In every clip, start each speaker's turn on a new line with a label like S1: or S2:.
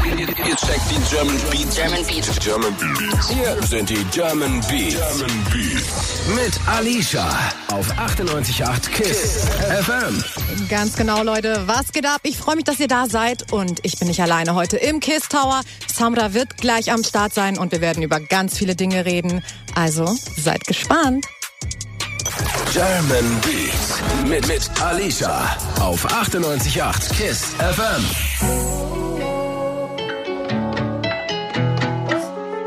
S1: checkt die German Beats.
S2: German Beat.
S1: German Beats. Hier sind die German Beats. German Beats.
S3: Mit Alicia auf 98.8 KISS FM.
S4: Ganz genau, Leute. Was geht ab? Ich freue mich, dass ihr da seid. Und ich bin nicht alleine heute im KISS Tower. Samra wird gleich am Start sein und wir werden über ganz viele Dinge reden. Also seid gespannt.
S3: German Beats. Mit, mit Alicia auf 98.8 KISS FM.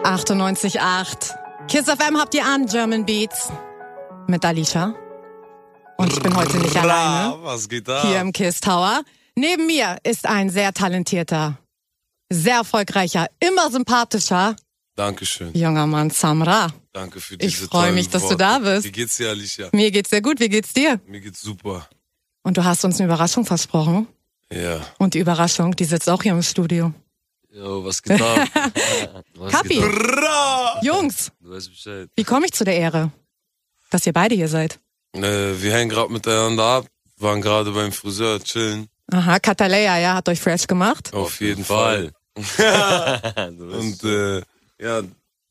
S4: 98.8. Kiss FM habt ihr an, German Beats. Mit Alicia. Und ich bin heute nicht alleine.
S5: was geht da?
S4: hier im Kiss Tower. Neben mir ist ein sehr talentierter, sehr erfolgreicher, immer sympathischer
S5: Dankeschön.
S4: junger Mann Samra.
S5: Danke für
S4: Ich
S5: diese
S4: freu
S5: tollen
S4: mich, dass du
S5: Worte.
S4: da bist.
S5: Wie geht's dir, Alicia?
S4: Mir geht's sehr gut, wie geht's dir?
S5: Mir geht's super.
S4: Und du hast uns eine Überraschung versprochen.
S5: Ja.
S4: Und die Überraschung, die sitzt auch hier im Studio.
S6: Jo, was geht ab? Was
S4: Kapi,
S6: geht ab?
S4: Jungs,
S6: Du weißt Bescheid.
S4: wie komme ich zu der Ehre, dass ihr beide hier seid?
S5: Äh, wir hängen gerade miteinander ab. Waren gerade beim Friseur chillen.
S4: Aha, Kataleya, ja, hat euch fresh
S6: Oh.
S4: gemacht.
S5: Auf jeden Fall.
S6: Du weißt-
S5: Und äh, ja,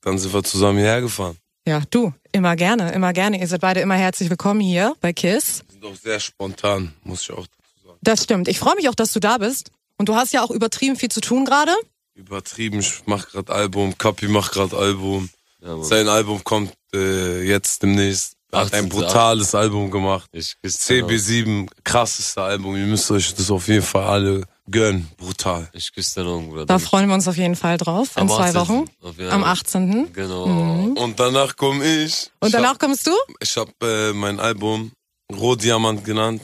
S5: dann sind wir zusammen hierher gefahren.
S4: Ja, du, immer gerne, immer gerne. Ihr seid beide immer herzlich willkommen hier bei KISS.
S5: Sind auch sehr spontan, muss ich auch dazu sagen.
S4: Das stimmt. Ich freue mich auch, dass du da bist. Und du hast ja auch übertrieben viel zu tun gerade.
S5: Übertrieben, ich mach grad Album, Kapi macht grad Album.
S6: Ja, Mann.
S5: Sein Album kommt äh, jetzt demnächst. Er Hat ein
S6: 18.8.
S5: brutales Album gemacht.
S6: ich küsse deine
S4: Genau.
S5: CB7,
S6: Augen.
S5: krasseste Album. Ihr müsst euch das auf jeden Fall alle gönnen. Brutal.
S6: Ich küsse deine Augen, Bruder.
S4: Da freuen wir uns auf jeden Fall drauf. In
S6: Hm. Am
S4: zwei
S6: 18..
S4: Wochen.
S6: Auf jeden
S4: Am
S6: Fall.
S4: 18.
S6: Genau.
S4: Mhm.
S5: Und danach komme ich.
S4: Und danach kommst du?
S5: Ich habe hab, äh, mein Album Rohdiamant genannt.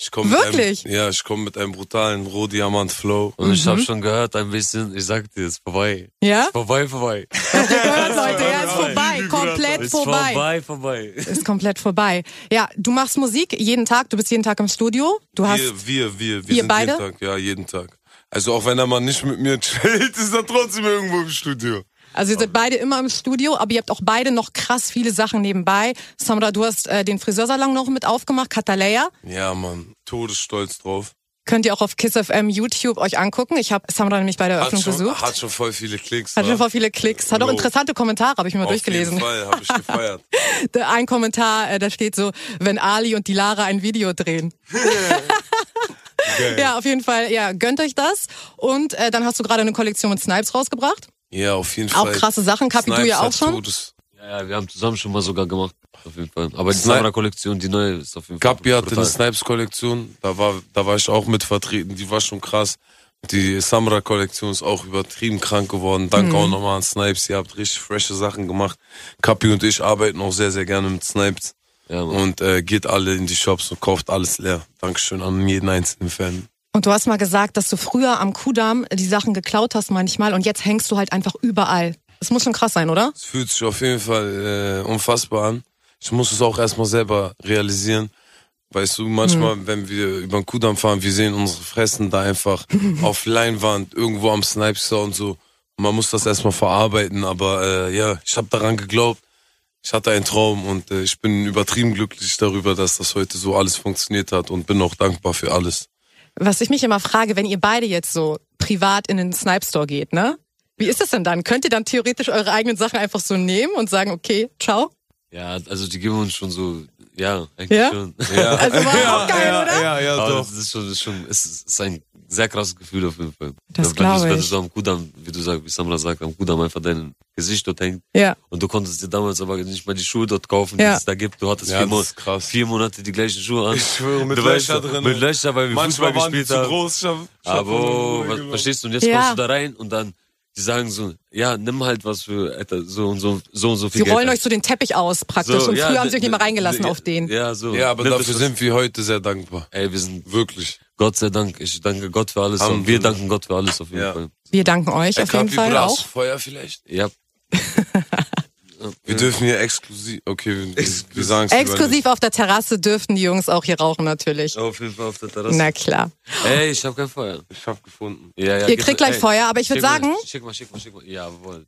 S5: Ich komm
S4: Wirklich?
S5: Mit einem, ja, ich komme mit einem brutalen Rohdiamant-Flow.
S6: Und ich habe schon gehört, ein bisschen, ich sag dir, ist vorbei.
S4: Mhm. Ja?
S6: Vorbei, vorbei.
S4: Gehört, Leute, ja, ist vorbei. Komplett
S6: Ist
S4: vorbei.
S6: vorbei, vorbei.
S4: Ist komplett vorbei. Ja, du machst Musik jeden Tag. Du bist jeden Tag im Studio. Du hast,
S5: Wir, wir, wir, wir
S4: Ihr
S5: sind
S4: beide?
S5: jeden Tag. Ja, jeden Tag. Also auch wenn er mal nicht mit mir chillt, ist er trotzdem irgendwo im Studio.
S4: also ihr seid beide immer im Studio, aber ihr habt auch beide noch krass viele Sachen nebenbei. Samra, du hast äh, den Friseursalon noch mit aufgemacht, Kataleya.
S5: Ja, Mann. Todesstolz drauf.
S4: Könnt ihr auch auf Kiss FM YouTube euch angucken. Ich habe Samra nämlich bei der Eröffnung
S5: schon,
S4: besucht.
S5: hat schon voll viele Klicks.
S4: Hat
S5: wa?
S4: schon voll viele Klicks. Hat auch
S5: Jo.
S4: interessante Kommentare, habe ich mir mal
S5: Auf
S4: durchgelesen.
S5: jeden Fall, habe ich gefeiert.
S4: Ein Kommentar, äh, da steht so, wenn Ali und die Lara ein Video drehen.
S5: Geil.
S4: Ja, auf jeden Fall, ja, gönnt euch das. Und äh, dann hast du gerade eine Kollektion mit Snipes rausgebracht.
S5: Ja, auf jeden
S4: Auch
S5: Fall.
S4: krasse Sachen, Kapi, du
S5: Snipes
S4: ja auch
S5: hat
S4: schon.
S5: Todes.
S6: Ja, ja, wir haben zusammen schon mal sogar gemacht. Auf jeden Fall. Aber die
S5: Snipe-
S6: Samra-Kollektion, die neue, ist auf jeden Fall.
S5: Kapi hatte
S6: brutal.
S5: eine Snipes-Kollektion, da war, da war ich auch mit vertreten, die war schon krass. Die Samra-Kollektion ist auch übertrieben krank geworden.
S4: Mhm.
S5: Danke auch nochmal an Snipes, ihr habt richtig frische Sachen gemacht. Kapi und ich arbeiten auch sehr, sehr gerne mit Snipes.
S6: Ja, Mann.
S5: Und äh, geht alle in die Shops und kauft alles leer. Dankeschön an jeden einzelnen Fan.
S4: Und du hast mal gesagt, dass du früher am Kudamm die Sachen geklaut hast manchmal und jetzt hängst du halt einfach überall. Das muss schon krass sein, oder?
S5: Es fühlt sich auf jeden Fall äh, unfassbar an. Ich muss es auch erstmal selber realisieren. Weißt du, manchmal,
S4: Mhm.
S5: wenn wir über den Kudamm fahren, wir sehen unsere Fressen da einfach auf Leinwand, irgendwo am Snipester und so. Man muss das erstmal verarbeiten, aber äh, ja, ich habe daran geglaubt. Ich hatte einen Traum und äh, ich bin übertrieben glücklich darüber, dass das heute so alles funktioniert hat und bin auch dankbar für alles.
S4: Was ich mich immer frage, wenn ihr beide jetzt so privat in den Snipe Store geht, ne? Wie ist das denn dann? Könnt ihr dann theoretisch eure eigenen Sachen einfach so nehmen und sagen, okay, ciao?
S6: Ja, also die geben uns schon so, ja, eigentlich
S4: Ja?
S6: schon.
S4: Also war auch geil,
S5: ja,
S4: oder?
S5: Ja, ja,
S6: Aber
S5: doch.
S6: das ist schon, das ist schon es ist, es ist ein sehr krasses Gefühl auf jeden Fall.
S4: Das
S6: wenn,
S4: glaub
S6: du, wenn du
S4: ich.
S6: so am Kudamm, wie du sagst, wie Samra sagt, am Kudamm einfach dein Gesicht dort hängt.
S4: Ja.
S6: Und du konntest dir damals aber nicht mal die Schuhe dort kaufen,
S4: Ja.
S6: die es da gibt. Du hattest
S5: Ja,
S6: vier,
S5: das
S6: Mon
S5: ist krass.
S6: vier Monate die gleichen Schuhe an.
S5: Ich schwöre, mit
S6: Du weißt
S5: Löcher
S6: doch,
S5: drin.
S6: Mit Löcher, weil wir
S5: Manchmal
S6: Fußball
S5: waren die
S6: gespielt
S5: zu
S6: haben.
S5: groß. Ich hab, ich hab
S6: Aber,
S5: nur
S6: was,
S5: geglaubt.
S6: verstehst du? Und jetzt
S4: Ja.
S6: kommst du da rein und dann, die sagen so, ja, nimm halt was für, Alter, so und so, so und so
S4: Die
S6: viel Geld.
S4: rollen
S6: ein.
S4: euch so den Teppich aus praktisch und
S6: ja,
S4: früher haben sie
S6: d-
S4: euch nicht mal
S6: d-
S4: reingelassen
S6: ja,
S4: auf den.
S6: Ja, so.
S5: Ja, aber
S6: Nimm das,
S5: dafür
S6: was-
S5: sind wir heute sehr dankbar.
S6: Ey, wir sind
S5: Wirklich.
S6: Gott sei Dank, ich danke Gott für alles. Und wir
S5: Alhamdulillah.
S6: danken Gott für alles auf jeden
S5: Ja.
S6: Fall.
S4: Wir danken euch auf jeden Fall auch.
S5: Feuer vielleicht?
S6: Ja.
S5: Wir dürfen hier exklusiv. Okay, wir, wir sagen es
S4: Exklusiv auf der Terrasse dürften die Jungs auch hier rauchen natürlich.
S6: Auf jeden Fall auf der Terrasse.
S4: Na klar.
S6: Ey, ich hab kein Feuer.
S5: Ich hab gefunden.
S6: Ja, ja,
S4: Ihr
S6: gib-
S4: kriegt gleich
S6: ey,
S4: Feuer, aber ich würde
S6: schick mal,
S4: sagen,
S6: Schick mal, schick mal, schick mal. Jawohl.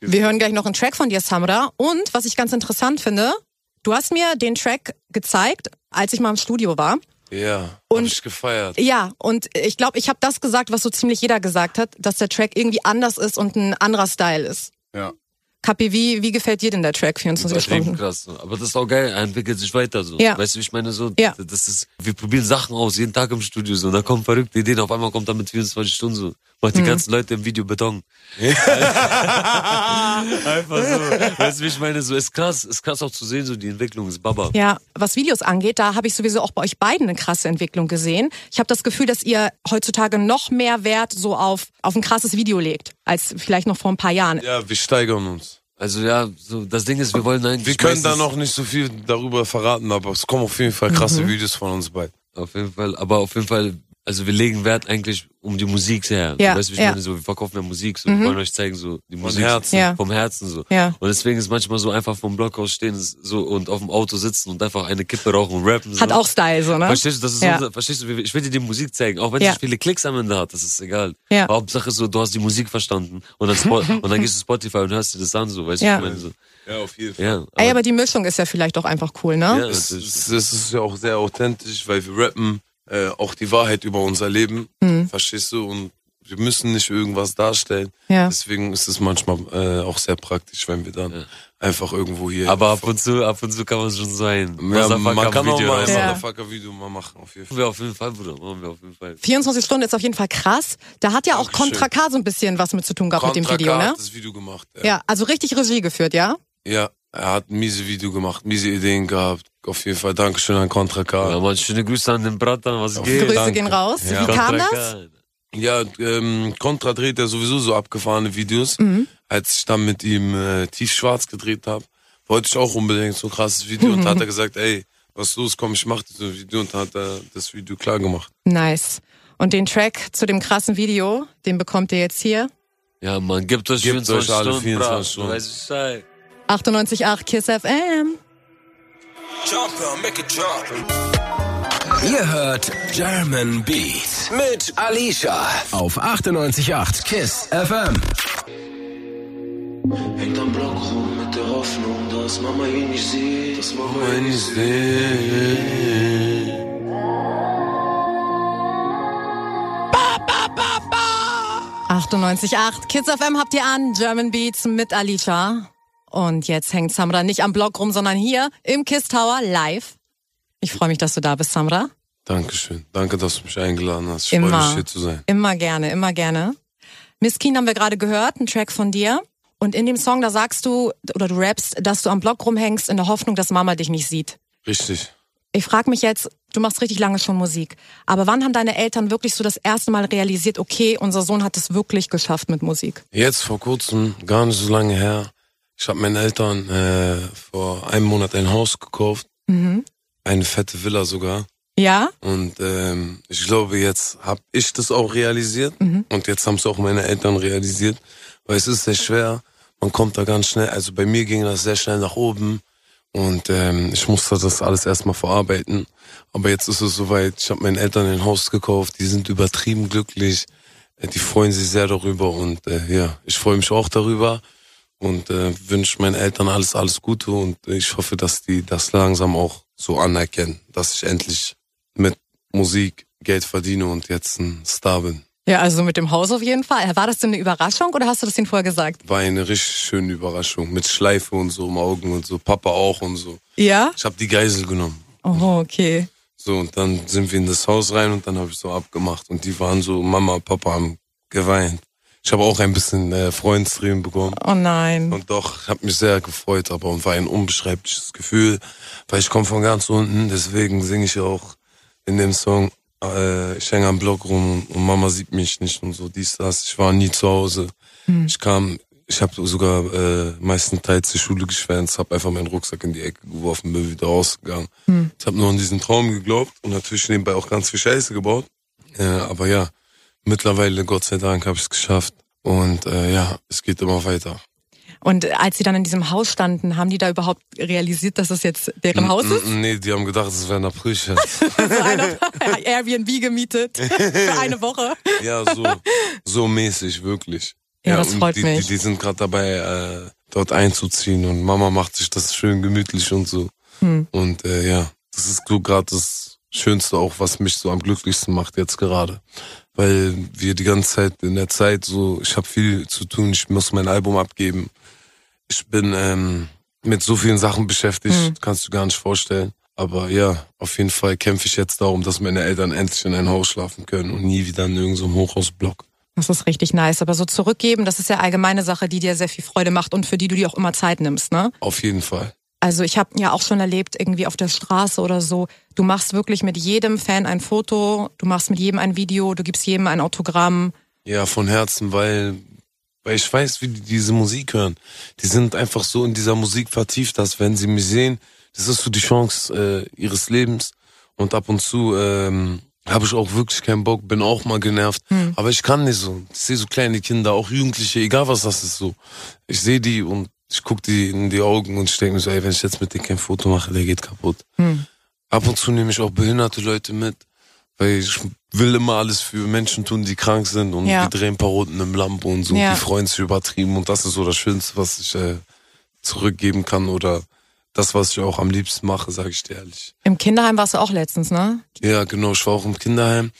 S4: wir hören gleich noch einen Track von dir, Samra. Und was ich ganz interessant finde, du hast mir den Track gezeigt, als ich mal im Studio war.
S5: Ja.
S4: Und-
S5: hab ich gefeiert.
S4: Ja, und ich glaube, ich habe das gesagt, was so ziemlich jeder gesagt hat, dass der Track irgendwie anders ist und ein anderer Style ist.
S2: Ja.
S4: Kapi, wie, wie gefällt dir denn der Track 24
S6: Übertrieben
S4: Stunden?
S6: krass. so. Aber das ist auch geil, er entwickelt sich weiter so.
S4: Ja.
S6: Weißt du, wie ich meine so,
S4: Ja.
S6: das ist, wir probieren Sachen aus, jeden Tag im Studio so, und dann kommen verrückte Ideen, auf einmal kommt er mit 24 Stunden so, macht
S4: Mhm.
S6: die ganzen Leute im Video Beton. Einfach so, weißt du, wie ich meine so, ist krass, ist krass auch zu sehen, so die Entwicklung ist Baba.
S4: Ja, was Videos angeht, da habe ich sowieso auch bei euch beiden eine krasse Entwicklung gesehen. Ich habe das Gefühl, dass ihr heutzutage noch mehr Wert so auf, auf ein krasses Video legt, als vielleicht noch vor ein paar Jahren.
S5: Ja, wir steigern uns.
S6: Also ja, so, das Ding ist, wir wollen eigentlich.
S5: Wir können da
S6: meistens-
S5: noch nicht so viel darüber verraten, aber es kommen auf jeden Fall krasse
S4: Mhm.
S5: Videos von uns beiden.
S6: Auf jeden Fall, aber auf jeden Fall, also wir legen Wert eigentlich um die Musik her.
S4: Ja,
S6: weißt du, wie ich
S4: ja. Mhm.
S6: meine, so, wir verkaufen ja Musik, so, wir wollen euch zeigen, so, die Musik
S5: Herzen.
S4: Ja.
S6: vom Herzen, so.
S4: Ja.
S6: Und deswegen ist manchmal so einfach vom Block aus stehen, so, und auf dem Auto sitzen und einfach eine Kippe rauchen und rappen, so.
S4: Hat auch Style, so, ne?
S6: Verstehst du, das ist
S4: Ja.
S6: unser, verstehst du, wir- ich will dir die Musik zeigen, auch wenn
S4: Ja.
S6: es viele Klicks am Ende hat, das ist egal.
S4: Ja.
S6: Aber Hauptsache so, du hast die Musik verstanden und dann, Spo und dann gehst du Spotify und hörst dir das an, so, weißt du,
S4: Ja.
S6: ich meine, so.
S5: Ja, auf jeden
S6: Ja, aber,
S4: Ey, aber die Mischung ist ja vielleicht auch einfach cool, ne?
S6: ja,
S5: Es,
S6: natürlich.
S5: es, es ist ja auch sehr authentisch, weil wir rappen, äh, auch die Wahrheit über unser Leben,
S4: Mhm.
S5: verstehst du? Und wir müssen nicht irgendwas darstellen.
S4: Ja.
S5: Deswegen ist es manchmal äh, auch sehr praktisch, wenn wir dann einfach irgendwo hier.
S6: aber ab und zu, ab und zu kann man schon sein.
S5: ja, man kann auch mal ein
S4: Ja.
S5: Motherfucker-Video mal machen, auf jeden Fall.
S6: Machen wir auf jeden Fall, Bruder. Machen wir auf jeden Fall.
S4: 24 Stunden ist auf jeden Fall krass. Da hat ja auch
S5: Dankeschön.
S4: Contra K so ein bisschen was mit zu tun gehabt mit dem
S5: Contra
S4: Video,
S5: K
S4: ne?
S5: hat das Video gemacht. Ja.
S4: Ja, also richtig Regie geführt, ja?
S5: ja, er hat ein miese Video gemacht, miese Ideen gehabt. Auf jeden Fall Dankeschön an Contra K.
S6: Ja, Mann, schöne Grüße an den Bratan, was geht?
S4: Grüße
S5: danke.
S4: gehen raus.
S5: Ja.
S4: Wie kam das?
S5: Ja, ähm, Contra dreht ja sowieso so abgefahrene Videos. Als ich dann mit ihm äh, Tiefschwarz gedreht habe, wollte ich auch unbedingt so ein krasses Video. Und da hat er gesagt, ey, was ist los, komm, ich mach dieses Video. Und da hat er das Video klar gemacht.
S4: Nice. Und den Track zu dem krassen Video, den bekommt ihr jetzt hier.
S6: Ja, Mann, gebt euch
S5: Gebt
S6: 24
S5: euch alle
S6: Stunden,
S5: 24
S6: Bra.
S5: Stunden.
S6: Weiß ich sei.
S4: 98.8 KISS FM.
S3: Ihr hört German Beat mit Alicia auf 98.8 KISS FM.
S7: Hängt am Block rum mit der Hoffnung, dass Mama ihn nicht sieht, dass Mama ihn
S5: Wenn
S7: nicht
S5: ich seh,
S4: Ba, ba, ba. 98.8 KISS FM habt ihr an. German Beats mit Alicia. Und jetzt hängt Samra nicht am Block rum, sondern hier im KISS Tower live. Ich freue mich, dass du da bist, Samra.
S5: Dankeschön. Danke, dass du mich eingeladen hast. Ich freue
S4: Immer.
S5: mich, hier zu sein.
S4: Immer gerne, immer gerne. Miskin haben wir gerade gehört, ein Track von dir. Und in dem Song, da sagst du oder du rappst, dass du am Block rumhängst in der Hoffnung, dass Mama dich nicht sieht.
S5: Richtig.
S4: Ich frage mich jetzt, du machst richtig lange schon Musik, aber wann haben deine Eltern wirklich so das erste Mal realisiert, okay, unser Sohn hat es wirklich geschafft mit Musik?
S5: Jetzt vor kurzem, gar nicht so lange her, ich habe meinen Eltern äh, vor einem Monat ein Haus gekauft. Eine fette Villa sogar.
S4: Ja?
S5: Und ähm, ich glaube, jetzt habe ich das auch realisiert und jetzt haben es auch meine Eltern realisiert, weil es ist sehr schwer. Man kommt da ganz schnell, also bei mir ging das sehr schnell nach oben und ähm, ich musste das alles erstmal verarbeiten. Aber jetzt ist es soweit, ich habe meinen Eltern ein Haus gekauft, die sind übertrieben glücklich, äh, die freuen sich sehr darüber und äh, ja, ich freue mich auch darüber und äh, wünsche meinen Eltern alles, alles Gute und äh, ich hoffe, dass die das langsam auch so anerkennen, dass ich endlich mit Musik Geld verdiene und jetzt ein Star bin.
S4: Ja, also mit dem Haus auf jeden Fall. War das denn eine Überraschung oder hast du das denen vorher gesagt?
S5: War eine richtig schöne Überraschung mit Schleife und so im Augen und so, Papa auch und so.
S4: Ja?
S5: Ich habe die Geisel genommen.
S4: Oh, okay.
S5: So, und dann sind wir in das Haus rein und dann habe ich so abgemacht. Und die waren so, Mama und Papa haben geweint. Ich habe auch ein bisschen äh, Freundstränen bekommen.
S4: Oh nein.
S5: Und doch, ich habe mich sehr gefreut, aber und war ein unbeschreibliches Gefühl, weil ich komme von ganz unten, deswegen singe ich auch in dem Song, äh, ich hänge am Block rum und Mama sieht mich nicht und so dies, das. Ich war nie zu Hause. Ich kam, ich habe sogar äh, meistenteils zur Schule geschwänzt, habe einfach meinen Rucksack in die Ecke geworfen, bin wieder rausgegangen. Ich habe nur an diesen Traum geglaubt und natürlich nebenbei auch ganz viel Scheiße gebaut. Äh, aber ja, mittlerweile, Gott sei Dank, habe ich es geschafft. Und äh, ja, es geht immer weiter.
S4: Und als sie dann in diesem Haus standen, haben die da überhaupt realisiert, dass es jetzt deren Haus ist?
S5: Mm, Nee, die haben gedacht, es wäre ein April
S4: So einer- Airbnb gemietet für eine Woche.
S5: Ja, so, so mäßig, wirklich.
S4: Ja, das
S5: und
S4: freut
S5: die,
S4: mich.
S5: Die, die sind gerade dabei, äh, dort einzuziehen
S4: Hm.
S5: und Mama macht sich das schön gemütlich und so. Und äh, ja, das ist so gerade das Schönste auch, was mich so am glücklichsten macht jetzt gerade. Weil wir die ganze Zeit in der Zeit so, ich habe viel zu tun, ich muss mein Album abgeben. Ich bin ähm, mit so vielen Sachen beschäftigt, kannst du gar nicht vorstellen. Aber ja, auf jeden Fall kämpfe ich jetzt darum, dass meine Eltern endlich in ein Haus schlafen können und nie wieder in irgendeinem Hochhausblock.
S4: Das ist richtig nice. Aber so zurückgeben, das ist ja allgemeine Sache, die dir sehr viel Freude macht und für die du dir auch immer Zeit nimmst, ne?
S5: Auf jeden Fall.
S4: Also ich habe ja auch schon erlebt, irgendwie auf der Straße oder so, du machst wirklich mit jedem Fan ein Foto, du machst mit jedem ein Video, du gibst jedem ein Autogramm.
S5: Ja, von Herzen, weil, weil ich weiß, wie die diese Musik hören. Die sind einfach so in dieser Musik vertieft, dass wenn sie mich sehen, das ist so die Chance äh, ihres Lebens. Und ab und zu ähm, habe ich auch wirklich keinen Bock, bin auch mal genervt. Aber ich kann nicht so. Ich sehe so kleine Kinder, auch Jugendliche, egal was das ist so. Ich sehe die und ich gucke die in die Augen und ich denke mir so, ey, wenn ich jetzt mit denen kein Foto mache, der geht kaputt. Ab und zu nehme ich auch behinderte Leute mit, weil ich will immer alles für Menschen tun, die krank sind und
S4: Ja.
S5: die drehen ein paar Runden im Lambo und so.
S4: Ja.
S5: um Die freuen sich übertrieben und das ist so das Schönste, was ich äh, zurückgeben kann oder das, was ich auch am liebsten mache, sage ich dir ehrlich.
S4: Im Kinderheim warst du auch letztens, ne?
S5: Ja, genau, ich war auch im Kinderheim.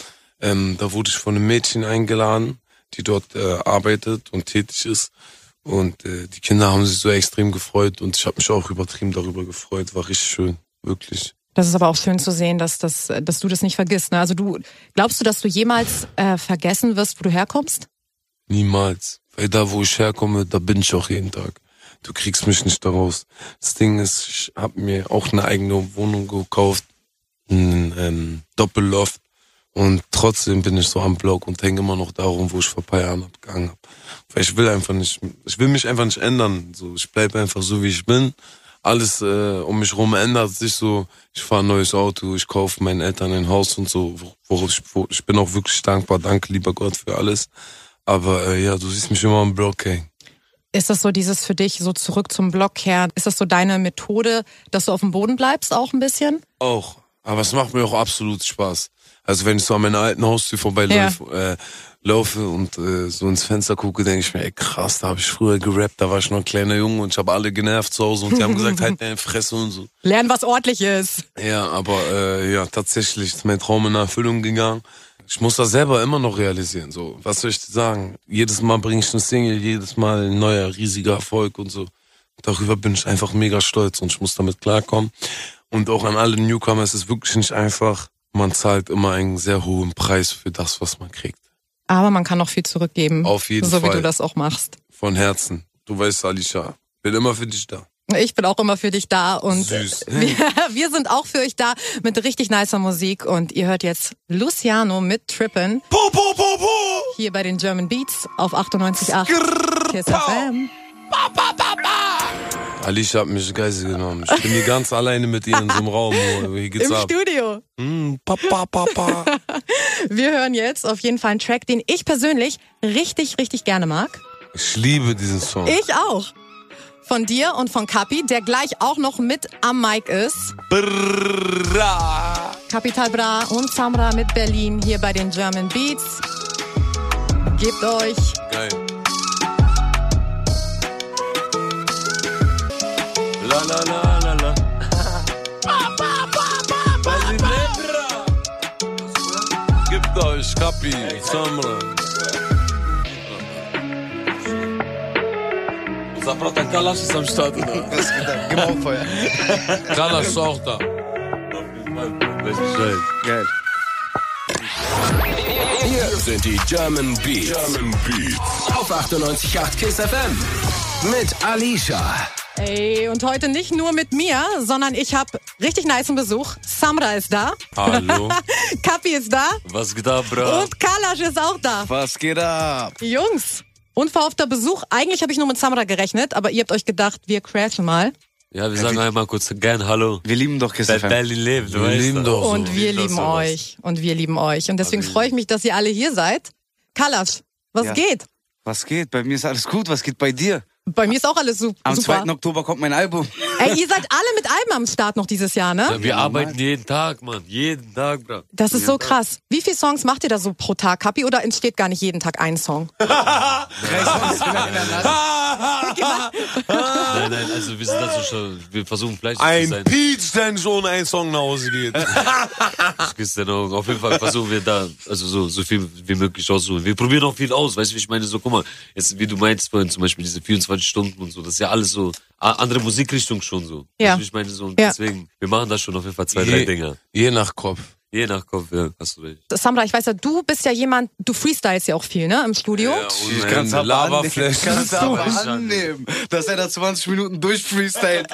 S5: Ähm, da wurde ich von einem Mädchen eingeladen, die dort äh, arbeitet und tätig ist. Und äh, die Kinder haben sich so extrem gefreut und ich habe mich auch übertrieben darüber gefreut. War richtig schön, wirklich.
S4: Das ist aber auch schön zu sehen, dass, dass, dass du das nicht vergisst. Ne? Also du glaubst du, dass du jemals äh, vergessen wirst, wo du herkommst?
S5: Niemals. Weil da, wo ich herkomme, da bin ich auch jeden Tag. Du kriegst mich nicht daraus. Das Ding ist, ich habe mir auch eine eigene Wohnung gekauft, einen ähm, Doppelloft. Und trotzdem bin ich so am Block und hänge immer noch darum, wo ich vor ein paar Jahren abgegangen habe. Weil ich will einfach nicht, ich will mich einfach nicht ändern. So, ich bleibe einfach so, wie ich bin. Alles äh, um mich rum ändert sich so. Ich fahre ein neues Auto, ich kaufe meinen Eltern ein Haus und so. Wo- Worauf ich, wo, ich bin auch wirklich dankbar. Danke, lieber Gott, für alles. Aber äh, ja, du siehst mich immer am Block hängen.
S4: Ist das so dieses für dich, so zurück zum Blockherrn, ist das so deine Methode, dass du auf dem Boden bleibst auch ein bisschen?
S5: Auch. Aber es macht mir auch absolut Spaß. Also wenn ich so an meiner alten Haustür vorbeiläufe äh, laufe und äh, so ins Fenster gucke, denke ich mir, ey krass, da habe ich früher gerappt, da war ich noch ein kleiner Junge und ich habe alle genervt zu Hause und die haben gesagt, halt deine Fresse und so.
S4: Lern, was ordentlich ist.
S5: Ja, aber äh, ja, tatsächlich ist mein Traum in Erfüllung gegangen. Ich muss das selber immer noch realisieren. So, was soll ich dir sagen? Jedes Mal bringe ich eine Single, jedes Mal ein neuer riesiger Erfolg und so. Darüber bin ich einfach mega stolz und ich muss damit klarkommen. Und auch an alle Newcomer, es ist wirklich nicht einfach. Man zahlt immer einen sehr hohen Preis für das, was man kriegt.
S4: Aber man kann noch viel zurückgeben.
S5: Auf jeden
S4: So wie
S5: Fall.
S4: du das auch machst.
S5: Von Herzen. Du weißt, Alicia, bin immer für dich da.
S4: Ich bin auch immer für dich da und
S5: Süß. ne?
S4: Wir, wir sind auch für euch da mit richtig nicer Musik und ihr hört jetzt Luciano mit Trippin. Po, po, po, po. Hier bei den German Beats auf 98.8 Kiss FM.
S5: Alicia hat mich Geisel genommen. Ich bin hier ganz alleine mit ihr in so einem Raum. Hier geht's
S4: Im
S5: ab.
S4: Studio.
S5: Mm, Papa, Papa.
S4: Wir hören jetzt auf jeden Fall einen Track, den ich persönlich richtig, richtig gerne mag.
S5: Ich liebe diesen Song.
S4: Ich auch. Von dir und von Kapi, der gleich auch noch mit am Mic ist. Capital Bra und Samra mit Berlin hier bei den German Beats. Gebt euch.
S5: Geil.
S6: La la la la la.
S5: Gebt euch Kapi, Samra.
S6: Zaprata Kalasch ist am Start, oder?
S2: Was geht ab? Gib mal auf Feuer.
S5: Kalash ist auch da.
S6: Weiß Bescheid.
S2: Geil.
S3: Hier sind die German Beats. German Beats. Auf 98.8 Kiss FM. Mit Alicia.
S4: Ey, und heute nicht nur mit mir, sondern ich habe richtig niceen Besuch. Samra ist da,
S5: Hallo.
S4: Kapi ist da
S6: Was geht ab, bro?
S4: und Kalash ist auch da.
S2: Was geht ab?
S4: Jungs, unverhoffter Besuch. Eigentlich habe ich nur mit Samra gerechnet, aber ihr habt euch gedacht, wir crashen mal.
S6: Ja, wir sagen einmal kurz gern Hallo.
S2: Wir lieben doch Kiss
S6: Weil
S2: FM.
S6: Berlin lebt, du
S5: Wir
S6: weißt
S5: lieben
S6: das.
S2: Also,
S5: doch so.
S4: Und wir
S6: lieben
S4: lieben
S6: das sowas.
S4: euch. Und wir lieben euch. Und deswegen
S6: Also-
S4: freue ich mich, dass ihr alle hier seid. Kalash, was
S2: Ja.
S4: geht?
S2: Was geht? Bei mir ist alles gut. Was geht bei dir?
S4: Bei mir ist auch alles su
S2: Am
S4: super.
S2: 2. Oktober kommt mein Album.
S4: Ey, ihr seid alle mit Alben am Start noch dieses Jahr, ne?
S6: Ja, wir arbeiten jeden Tag, Mann. Jeden Tag, Bro.
S4: Das ist so krass. Wie viele Songs macht ihr da so pro Tag, Kapi? Oder entsteht gar nicht jeden Tag ein Song?
S6: Nein, nein, also wir sind da so schon, wir versuchen fleißig zu
S5: Ein
S6: sein.
S5: Peach, der nicht ohne einen Song nach Hause geht.
S6: Das gibt's denn auch. Auf jeden Fall versuchen wir da, also so, so viel wie möglich auszuholen. Wir probieren auch viel aus, weißt du, wie ich meine, so, guck mal, jetzt, wie du meinst vorhin, zum Beispiel diese 24 Stunden und so, das ist ja alles so, a- andere Musikrichtung schon so.
S4: Ja.
S6: Weißt du, wie ich meine, so, und
S4: Ja.
S6: deswegen, wir machen da schon auf jeden Fall zwei, drei
S5: je,
S6: Dinger.
S5: je nach Kopf.
S6: Je nach Kopf, ja, hast du recht.
S4: Samra, ich weiß ja, du bist ja jemand, du freestylst ja auch viel, ne? Im Studio.
S5: Ich kann's aber
S2: annehmen. Kannst du aber
S6: Fleisch annehmen.
S2: annehmen, dass er da 20 Minuten durchfreestylt.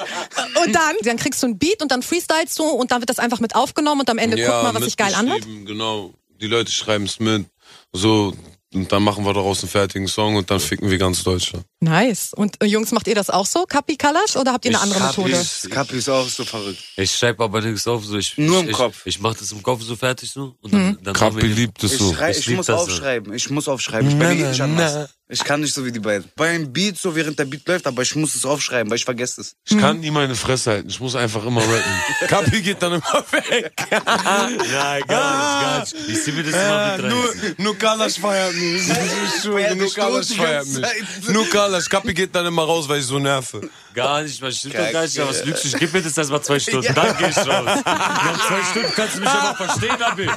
S4: Und dann, dann kriegst du einen Beat und dann freestylst du und dann wird das einfach mit aufgenommen und am Ende guck mal, was sich geil anhört.
S5: mitgeschrieben, Genau, die Leute schreiben es mit. So, und dann machen wir daraus einen fertigen Song und dann ficken wir ganz Deutschland.
S4: Nice. Und äh, Jungs, macht ihr das auch so, Kapi Kalasch, oder habt ihr eine
S6: Ich
S4: andere
S6: hab
S4: Methode?
S6: es-
S2: Kapi ist auch so oh, verrückt.
S6: Ich schreibe aber nichts auf, so, ich,
S2: Nur im
S6: ich,
S2: Kopf.
S6: Ich, ich mach das im Kopf so fertig, so, und
S4: Mhm.
S6: dann, dann haben
S5: Kapi
S6: wir-
S5: liebt es
S2: Ich,
S5: so.
S2: schrei-
S6: ich
S2: ich also.
S6: lieb
S2: muss
S6: das,
S2: aufschreiben, ich muss aufschreiben. Ich bin eh nicht anders. Ich kann nicht so wie die beiden. Beim Beat, so während der Beat läuft, aber ich muss es aufschreiben, weil ich vergesse es.
S4: Mhm.
S5: Ich kann nie meine Fresse halten. Ich muss einfach immer rappen. Kapi geht dann immer weg.
S6: Nein, gar nicht, gar nicht. Ah. Ich zieh mir das immer mit rein.
S5: Äh, nur Kalasch feiert mich. Ich
S2: Ja,
S5: schwöre,
S2: das
S5: nur Kalasch
S2: stimmt die
S5: feiert
S2: ganze
S5: mich.
S2: Zeit.
S5: Nur Kalasch. Kapi geht dann immer raus, weil ich so nerve.
S6: Gar nicht, man stimmt doch gar nicht, aber was lügst du? Ich gib mir das erstmal zwei Stunden, dann geh ich raus. Nach zwei Stunden kannst du mich aber verstehen, Abi.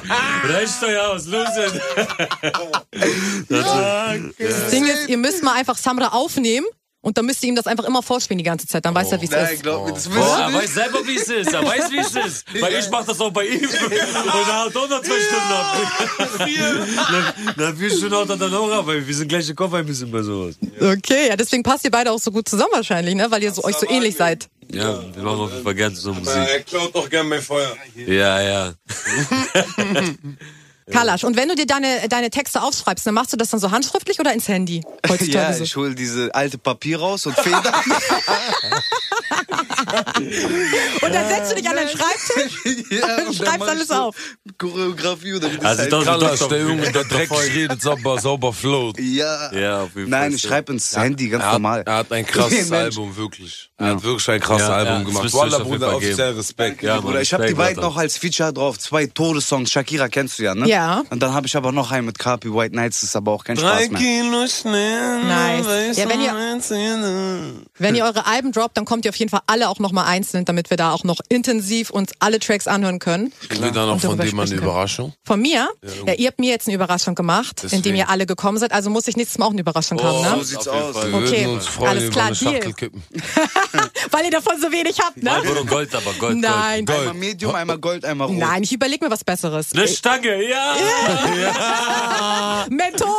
S6: Reicht doch ja, was los ist?
S4: Das Ding ist, ihr müsst mal einfach Samra aufnehmen und dann müsst ihr ihm das einfach immer vorspielen die ganze Zeit. Dann weiß er, wie es
S2: Nein,
S4: ist.
S2: glaub mir, das Oh. willst
S6: Boah,
S2: du
S6: er
S2: nicht.
S6: weiß selber, wie es ist. Er weiß, wie es ist. Weil ich mach das auch bei ihm. Und er hat auch noch zwei Stunden ab. Na- Na, vier Stunden hat er dann auch ab, weil wir sind gleich im Kopf ein bisschen bei sowas.
S4: Okay, ja, deswegen passt ihr beide auch so gut zusammen wahrscheinlich, ne? Weil ihr so, euch so ähnlich seid.
S6: Ja, wir machen auf jeden Fall gerne zusammen Musik.
S5: klaut doch gern mein Feuer.
S6: Ja, ja.
S4: Kalasch, und wenn du dir deine, deine Texte aufschreibst, dann machst du das dann so handschriftlich oder ins Handy?
S2: Ja,
S4: Heutzutage so.
S2: ich hol diese alte Papier raus und Feder.
S4: Und dann setzt du dich an den Schreibtisch.
S2: ja,
S4: Und schreibst alles auf.
S2: Choreografie oder wie das halt
S6: Also,
S2: heißt.
S6: das-
S5: Kalasch,
S6: doch-
S5: der Junge, der Dreck redet, sauber, sauber float.
S2: ja.
S6: Ja, auf jeden Fall.
S2: Nein, ich schreibe ins Handy, ganz
S5: Er
S2: normal.
S5: hat, er hat ein krasses
S2: Nee, Mensch.
S5: Album, wirklich. Er hat wirklich ein krasses
S6: Ja, ja,
S5: Album
S6: das
S5: gemacht.
S6: müsst ihr euch
S5: Wallah,
S6: auf jeden
S5: Bruder,
S6: Fall
S5: offiziell
S6: geben.
S5: Respekt.
S6: Ja, Mann.
S2: Oder ich habe die
S6: Respekt,
S2: beiden
S6: Alter.
S2: noch als Feature drauf. Zwei Todessongs. Shakira kennst du ja, ne?
S4: Ja.
S2: Und dann habe ich aber noch einen mit Carpi White Nights. Ist aber auch kein
S5: Drei
S2: Spaß mehr.
S5: Kilo Schnee.
S4: Nice.
S5: weiß
S4: Ja, wenn ihr-
S5: mein Zähne.
S4: Wenn ihr eure Alben droppt, dann kommt ihr auf jeden Fall alle auch nochmal einzeln, damit wir da auch noch intensiv uns alle Tracks anhören können.
S5: Kriegen wir dann auch
S4: Und
S5: von
S4: darüber
S5: dem mal eine
S4: sprechen können.
S5: Überraschung?
S4: Von mir? Ja, ihr habt mir jetzt eine Überraschung gemacht, indem
S5: Deswegen.
S4: ihr alle gekommen seid. Also muss ich nächstes Mal auch eine Überraschung haben,
S2: So
S4: ne?
S2: sieht's
S6: Auf jeden
S2: aus.
S5: Wir
S6: Fall.
S4: Okay.
S5: würden uns freuen,
S4: Alles
S5: über
S4: klar,
S5: eine
S4: Deal.
S5: Schachtel kippen.
S6: Oh,
S4: Weil ihr davon so wenig habt, ne?
S6: Marlboro Gold, aber Gold, Gold.
S4: Nein.
S2: Einmal Medium, einmal Gold, einmal Rot.
S4: Nein, ich überlege mir was Besseres.
S6: Eine Stange, ja!
S4: Menthol!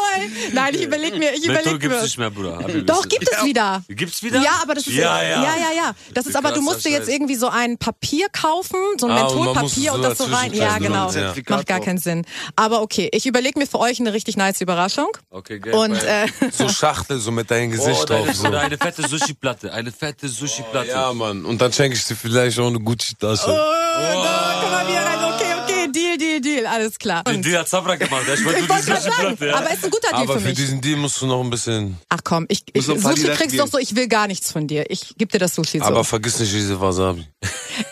S4: Nein, ich überlege mir, ich
S6: Menthol
S4: überlege
S6: gibt's
S4: mir.
S6: nicht mehr, Bruder. Hab ich
S4: Doch,
S6: gewusst.
S4: gibt es wieder.
S6: Gibt's wieder?
S4: Ja, aber das ist
S6: Ja, ja.
S4: ja, ja. ja. Das ist aber, du musst dir jetzt
S6: Krasser
S4: irgendwie so ein Papier kaufen, so ein
S5: Ah, und man muss es
S4: Mentholpapier
S5: so
S4: und das so rein. Ja,
S5: dazwischen
S4: genau.
S5: tun, ja.
S4: Macht gar keinen Sinn. Aber okay, ich überlege mir für euch eine richtig nice Überraschung.
S6: Okay, geil.
S4: Und äh,
S5: So Schachtel, so mit deinem
S6: oh,
S5: Gesicht
S6: deine,
S5: drauf. So.
S6: Eine fette Sushi-Platte. Eine fette Sushi-Platte.
S5: Ja, Mann. Und dann schenke ich dir vielleicht auch eine Gucci-Tasche.
S4: da, guck mal wieder rein. Okay, okay, Deal, Deal, Deal. Alles klar.
S6: Den Deal hat Sabra gemacht. Ich wollte
S4: ich
S6: nur die
S4: wollte gerade sagen,
S6: Sushi-Platte. Ja.
S4: aber ist ein guter Deal
S5: Aber
S4: für
S5: für
S4: mich.
S5: diesen Deal musst du noch ein bisschen...
S4: Ach komm, ich, ich
S2: noch ein paar
S4: Sushi
S2: Deals
S4: kriegst doch
S2: geben.
S4: so, ich will gar nichts von dir. Ich geb dir das Sushi so.
S5: Aber vergiss nicht diese Wasabi.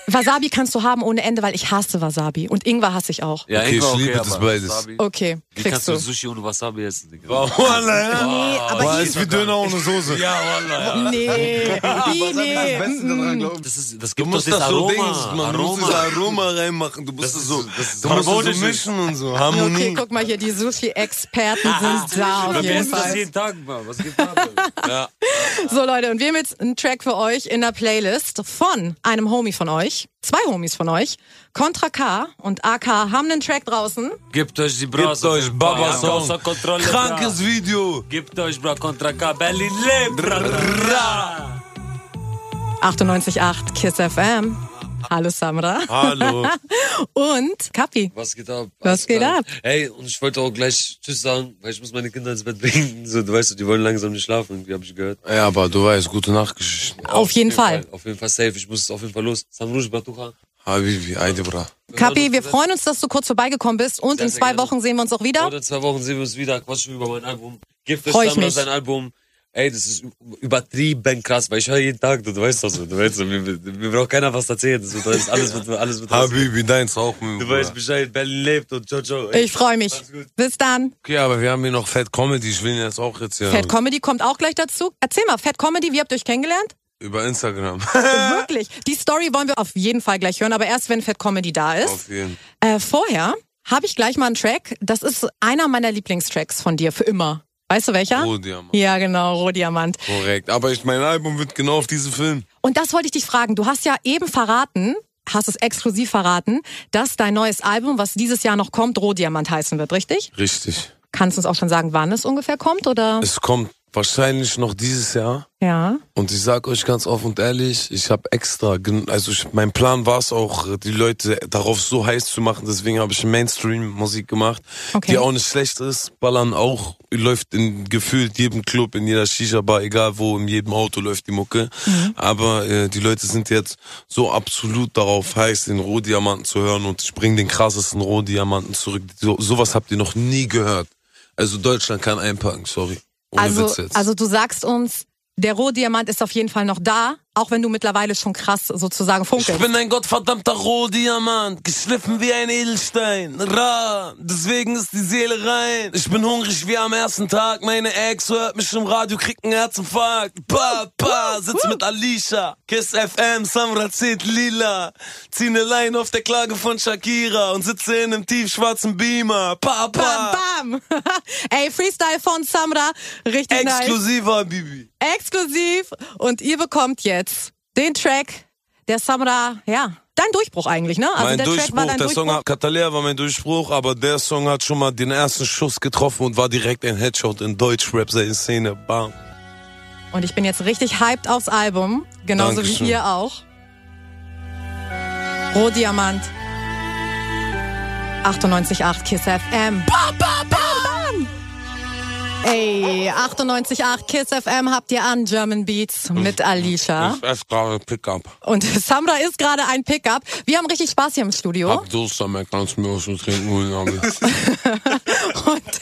S4: Wasabi kannst du haben ohne Ende, weil ich hasse Wasabi. Und Ingwer hasse ich auch.
S6: ja,
S5: Okay,
S6: Ingwer,
S5: ich liebe das
S6: aber
S5: beides.
S6: Wasabi.
S4: Okay,
S6: Wie
S4: kriegst
S6: kannst du
S4: du.
S6: Sushi ohne Wasabi essen, Digga?
S5: Oh, Wallah,
S4: Nee, aber
S5: Boah, ist wie Döner ohne Soße.
S6: Ja, Wallah. Ja.
S4: Nee, nee, nee.
S2: Beste
S4: Mhm.
S2: daran glauben.
S6: Das, ist, das
S5: Du
S6: gibt doch
S5: musst
S6: das
S5: das so Dings,
S6: Aroma.
S5: man du musst das
S6: Aroma.
S5: Aroma reinmachen. Du musst das, so,
S6: ist
S5: du musst das
S6: harmonisch.
S5: so mischen und so.
S4: Okay,
S5: Harmonie.
S4: guck mal hier, die Sushi-Experten
S6: Ah,
S4: sind da auf
S6: Wir
S4: jeden
S6: essen das
S4: Fall.
S6: jeden Tag, Mann. Was gibt da? denn?
S4: So Leute, und wir haben jetzt einen Track für euch in der Playlist von einem Homie von euch, zwei Homies von euch, Contra K und AK haben einen Track draußen.
S6: Gebt euch die
S5: Gebt
S6: Brase.
S5: euch
S6: Baba außer
S5: Baba-Song.
S6: Kontrolle.
S5: Krankes Video.
S6: Gebt euch, Bra, Contra K. Berlin lebt. Bra, bra.
S4: 98.8 KISS FM. Hallo Samra.
S5: Hallo.
S4: Und Kapi.
S6: Was geht ab?
S4: Was
S6: Alles
S4: geht
S6: klar.
S4: ab?
S6: Hey, und ich wollte auch gleich Tschüss sagen, weil ich muss meine Kinder ins Bett bringen. So, du weißt, die wollen langsam nicht schlafen, irgendwie habe ich gehört.
S5: Ja, aber du weißt, gute Nachtgeschichten.
S4: Auf jeden Fall.
S6: Auf jeden Fall safe, ich muss auf jeden Fall los. Samruj Batucha.
S5: Habibi, Aide, bra.
S4: Kapi, wir freuen uns, dass du kurz vorbeigekommen bist und
S6: Sehr,
S4: in
S6: sehr
S4: zwei
S6: gerne. Oh,
S4: Wochen sehen wir uns auch wieder.
S6: Und in zwei Wochen sehen wir uns wieder, quatschen über mein Album. Gebt euch
S4: Freu ich
S6: Samra
S4: mich.
S6: sein Album. Ey, das ist übertrieben krass, weil ich höre jeden Tag, du weißt das, du weißt, mir, mir braucht keiner was erzählen, das wird alles, alles wird, alles wird
S5: Habibi, deins auch. Mit,
S6: Du weißt Bescheid, Berlin lebt und ciao, ciao. ey.
S4: Ich freue mich. Bis dann.
S5: okay, aber wir haben hier noch Fat Comedy. Ich will ihn jetzt auch jetzt hier
S4: Fat Comedy kommt auch gleich dazu. Erzähl mal, Fat Comedy, wie habt ihr euch kennengelernt?
S5: über Instagram.
S4: Wirklich. Die Story wollen wir auf jeden Fall gleich hören, aber erst wenn Fat Comedy da
S5: Auf
S4: ist.
S5: jeden.
S4: Äh, vorher habe ich gleich mal einen Track. Das ist einer meiner Lieblingstracks von dir für immer. Weißt du welcher?
S5: Rohdiamant.
S4: Ja, genau, Rohdiamant.
S5: Oh, Korrekt. Aber ich, mein Album wird genau auf diesen Film.
S4: Und das wollte ich dich fragen. Du hast ja eben verraten, hast es exklusiv verraten, dass dein neues Album, was dieses Jahr noch kommt, Rohdiamant heißen wird, richtig?
S5: Richtig.
S4: Kannst du uns auch schon sagen, wann es ungefähr kommt oder?
S5: Es kommt wahrscheinlich noch dieses Jahr.
S4: Ja.
S5: Und ich sag euch ganz offen und ehrlich, ich habe extra, gen- also ich, mein Plan war es auch, die Leute darauf so heiß zu machen. Deswegen habe ich Mainstream-Musik gemacht,
S4: Okay.
S5: die auch nicht schlecht ist. Ballern auch läuft in gefühlt jedem Club, in jeder Shisha-Bar, egal wo, in jedem Auto läuft die Mucke.
S4: Mhm.
S5: Aber äh, die Leute sind jetzt so absolut darauf heiß, den Rohdiamanten zu hören. Und ich bring den krassesten Rohdiamanten zurück. So, sowas habt ihr noch nie gehört. Also Deutschland kann einpacken, sorry. Ohne
S4: Also,
S5: Witz jetzt.
S4: also du sagst uns, der Rohdiamant ist auf jeden Fall noch da, auch wenn du mittlerweile schon krass sozusagen
S5: Ich
S4: funkelst.
S5: bin ein gottverdammter Rohdiamant, geschliffen wie ein Edelstein. Ra, deswegen ist die Seele rein. Ich bin hungrig wie am ersten Tag. Meine Ex hört mich im Radio, kriegt einen Herzinfarkt. Pa, pa, sitz mit Alicia. Kiss FM, Samra zählt lila. Zieh ne Line auf der Klage von Shakira und sitze in einem tiefschwarzen Beamer. Pa,
S4: Bam,
S5: pa.
S4: bam. Ey, Freestyle von Samra. Richtig nice.
S5: Exklusiver, Bibi.
S4: Exklusiv. Und ihr bekommt jetzt den Track der Samra, ja, dein Durchbruch eigentlich, ne? Also
S5: mein
S4: der
S5: Durchbruch,
S4: Track war dein
S5: der
S4: Durchbruch.
S5: Song hat, Katalea war mein Durchbruch, aber der Song hat schon mal den ersten Schuss getroffen und war direkt ein Headshot in Deutschrap, seine Szene, bam.
S4: Und ich bin jetzt richtig hyped aufs Album. Genauso
S5: Dankeschön.
S4: wie ihr auch. Rohdiamant. 98,8 Kiss FM. Bam, bam, bam, bam. Ey, 98,8 Kiss FM habt ihr an German Beats mit Alicia.
S5: Ich esse gerade Pickup.
S4: Und Samra ist gerade ein Pickup. Wir haben richtig Spaß hier im Studio.
S5: Hab Durst, dann kannst du mir was zu trinken holen, aber
S4: Und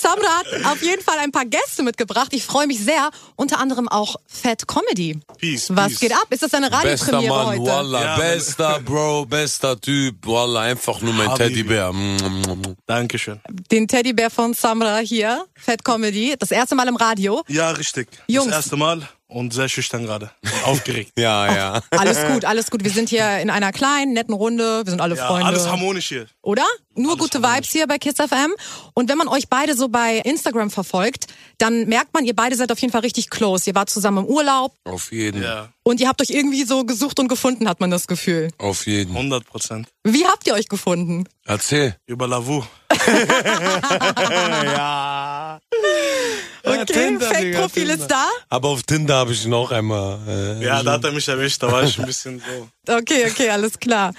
S4: Samra hat auf jeden Fall ein paar Gäste mitgebracht. Ich freue mich sehr. Unter anderem auch Fat Comedy.
S5: Peace,
S4: Was
S5: peace.
S4: geht ab? Ist das eine
S5: Bester
S4: Radiopremiere
S5: Mann,
S4: heute?
S5: Wallah, bester Bro, bester Typ, Wallah, einfach nur mein
S8: Habibi.
S5: Teddybär. Mm.
S8: Dankeschön.
S4: Den Teddybär von Samra hier. Fat Comedy. Das erste Mal im Radio.
S8: Ja, richtig.
S4: Jungs.
S8: Das erste Mal und sehr schüchtern gerade. Und Aufgeregt.
S5: Ja, ja.
S4: Alles gut, alles gut. Wir sind hier in einer kleinen, netten Runde. Wir sind alle
S8: Ja,
S4: Freunde.
S8: alles harmonisch hier.
S4: oder? Nur gute Vibes hier bei Kiss FM. Und wenn man euch beide so bei Instagram verfolgt, dann merkt man, ihr beide seid auf jeden Fall richtig close. Ihr wart zusammen im Urlaub
S5: Auf jeden,
S8: Ja,
S4: und ihr habt euch irgendwie so gesucht und gefunden, hat man das Gefühl.
S5: auf jeden.
S8: 100 Prozent.
S4: Wie habt ihr euch gefunden?
S5: Erzähl.
S8: Über Lavu.
S4: Okay, Fake-Profil ist da.
S5: Aber auf Tinder habe ich ihn auch einmal. Äh,
S8: Ja, da hat er mich erwischt. Da war ich ein bisschen so.
S4: Okay, okay, alles klar.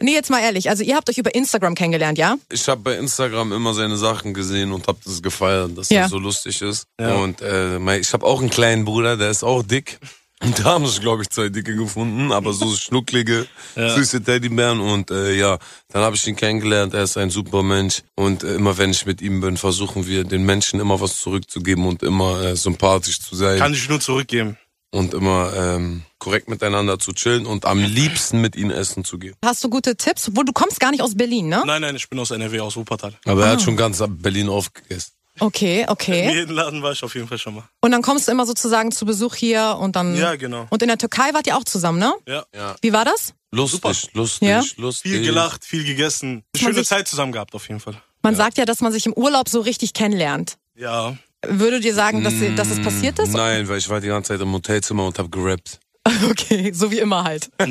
S4: Nee, jetzt mal ehrlich. Also ihr habt euch über Instagram kennengelernt, ja?
S5: ich habe bei Instagram immer seine Sachen gesehen und habe das gefeiert, dass
S4: Ja.
S5: das so lustig ist. Und äh, mein, ich habe auch einen kleinen Bruder, der ist auch dick. Und da haben sich, glaube ich, zwei Dicke gefunden, aber so schnucklige, süße Teddybären. Und äh, ja, dann habe ich ihn kennengelernt, er ist ein super Mensch. Und äh, immer wenn ich mit ihm bin, versuchen wir den Menschen immer was zurückzugeben und immer äh, sympathisch zu sein
S8: Kann ich nur zurückgeben.
S5: und immer ähm, korrekt miteinander zu chillen und am liebsten mit ihnen essen zu gehen.
S4: Hast du gute Tipps? Wo du kommst gar nicht aus Berlin, ne?
S8: Nein, nein, ich bin aus NRW, aus Wuppertal.
S5: Aber
S4: Ah.
S5: er hat schon ganz ab Berlin aufgegessen.
S4: Okay,
S8: In
S4: okay.
S8: jedem Laden war ich auf jeden Fall schon mal.
S4: Und dann kommst du immer sozusagen zu Besuch hier und dann.
S8: Ja, genau.
S4: Und in der Türkei wart ihr auch zusammen, ne?
S8: Ja.
S4: Wie war das?
S5: Lustig, lustig,
S4: Ja.
S5: lustig.
S8: Viel gelacht, viel gegessen.
S4: man
S8: Schöne
S4: sich-
S8: Zeit zusammen gehabt auf jeden Fall.
S4: Man sagt ja, dass man sich im Urlaub so richtig kennenlernt.
S8: Ja.
S4: Würdet ihr sagen, dass, ihr- dass es passiert ist?
S5: Nein, weil ich war die ganze Zeit im Hotelzimmer und hab gerappt.
S4: Okay, so wie immer halt.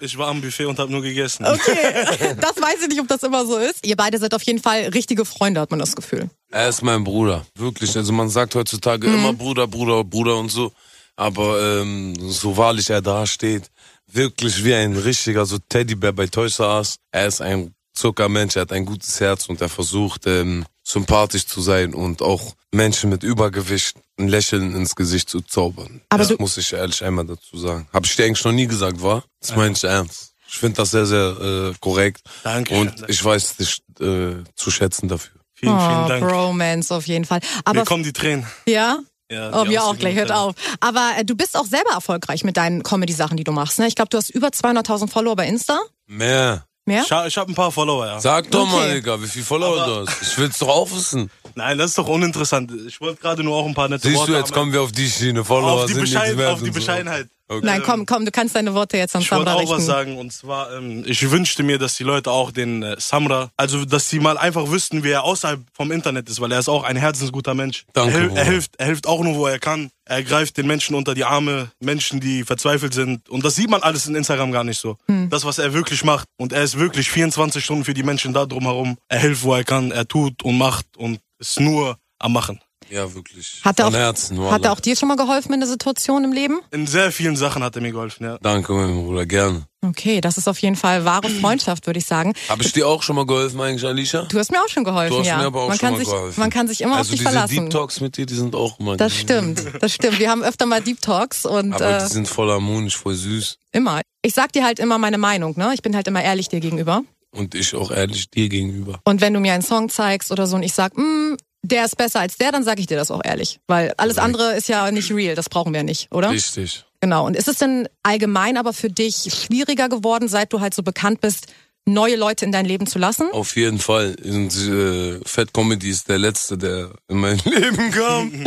S8: Ich war am Buffet und habe nur gegessen.
S4: Okay, das weiß ich nicht, ob das immer so ist. Ihr beide seid auf jeden Fall richtige Freunde, hat man das Gefühl.
S5: Er ist mein Bruder, wirklich. Also man sagt
S4: Mhm.
S5: heutzutage immer Bruder, Bruder, Bruder und so. Aber ähm, so wahrlich er da steht, wirklich wie ein richtiger so Teddybär bei Toys R Us. Er ist ein Zuckermensch, er hat ein gutes Herz und er versucht ähm, sympathisch zu sein und auch Menschen mit Übergewicht ein Lächeln ins Gesicht zu zaubern.
S4: Aber
S5: das
S4: du-
S5: muss ich ehrlich einmal dazu sagen. Habe ich dir eigentlich noch nie gesagt, war? Das meine ich ernst. Ich finde das sehr, sehr äh, korrekt.
S8: Dankeschön.
S5: Und ich weiß dich äh, zu schätzen dafür.
S8: Vielen,
S4: Oh,
S8: vielen Dank.
S4: Bromance auf jeden Fall.
S8: Mir
S4: Aber
S8: kommen die Tränen.
S4: ja,
S8: Ja,
S4: Oh,
S8: die
S4: mir auch
S8: Aussicht
S4: gleich,
S8: mit
S4: hört
S8: der-
S4: auf. Aber äh, du bist auch selber erfolgreich mit deinen Comedy-Sachen, die du machst. Ne? Ich glaube, du hast über 200.000 Follower bei Insta.
S5: Mehr.
S4: Mehr?
S8: Ich, hab- ich habe ein paar Follower, ja.
S5: Sag doch mal,
S4: Okay.
S5: Digga, wie viel Follower
S8: Aber-
S5: du hast. Ich will's doch auch wissen.
S8: Nein, das ist doch uninteressant. Ich wollte gerade nur auch ein paar nette
S5: Siehst
S8: Worte
S5: du, jetzt
S8: am-
S5: kommen wir auf die Schiene. Follower
S8: auf die,
S5: sind nichts
S8: Bescheiden,
S5: wert
S8: auf die
S5: und so.
S8: Bescheidenheit.
S5: Okay.
S4: Nein, komm, komm, du kannst deine Worte jetzt an
S8: ähm, Ich wollte
S4: Sandra
S8: auch
S4: richten.
S8: was sagen und zwar, ähm, ich wünschte mir, dass die Leute auch den äh, Samra, also dass sie mal einfach wüssten, wer er außerhalb vom Internet ist, weil er ist auch ein herzensguter Mensch.
S5: Danke,
S8: er, hil-
S5: Bruder.
S8: er hilft, er hilft auch nur, wo er kann. Er greift den Menschen unter die Arme, Menschen, die verzweifelt sind. Und das sieht man alles in Instagram gar nicht so. Das, was er wirklich macht. Und er ist wirklich 24 Stunden für die Menschen da drumherum. Er hilft, wo er kann. Er tut und macht und ist nur am Machen.
S5: Ja, wirklich.
S4: Hat er,
S5: Von
S4: auch,
S5: Herzen,
S4: hat
S5: Wallah.
S4: er auch dir schon mal geholfen in der Situation im Leben?
S8: In sehr vielen Sachen hat er mir geholfen, ja.
S5: Danke, mein Bruder, gerne.
S4: Okay, das ist auf jeden Fall wahre Freundschaft, würde ich sagen.
S5: Habe ich dir auch schon mal geholfen eigentlich, Alicia?
S4: Du hast mir auch schon geholfen,
S5: Du hast
S4: ja.
S5: mir aber auch
S4: man,
S5: schon
S4: kann
S5: mal
S4: sich,
S5: geholfen.
S4: man kann sich immer
S5: also
S4: auf dich
S5: diese
S4: verlassen.
S5: Deep Talks mit dir, die sind auch immer
S4: das stimmt, das stimmt. Wir haben öfter mal Deep Talks und
S5: Aber
S4: äh,
S5: die sind voll harmonisch, voll süß.
S4: immer. Ich sag dir halt immer meine Meinung, ne? Ich bin halt immer ehrlich dir gegenüber.
S5: Und ich auch ehrlich dir gegenüber.
S4: Und wenn du mir einen Song zeigst oder so und ich sag, "Mm, der ist besser als der, dann sage ich dir das auch ehrlich. Weil alles andere ist ja nicht real, das brauchen wir nicht, oder?
S5: Richtig.
S4: Genau. Und ist es denn allgemein aber für dich schwieriger geworden, seit du halt so bekannt bist, neue Leute in dein Leben zu lassen?
S5: Auf jeden Fall. Und äh, Fat Comedy ist der letzte, der in mein Leben kam.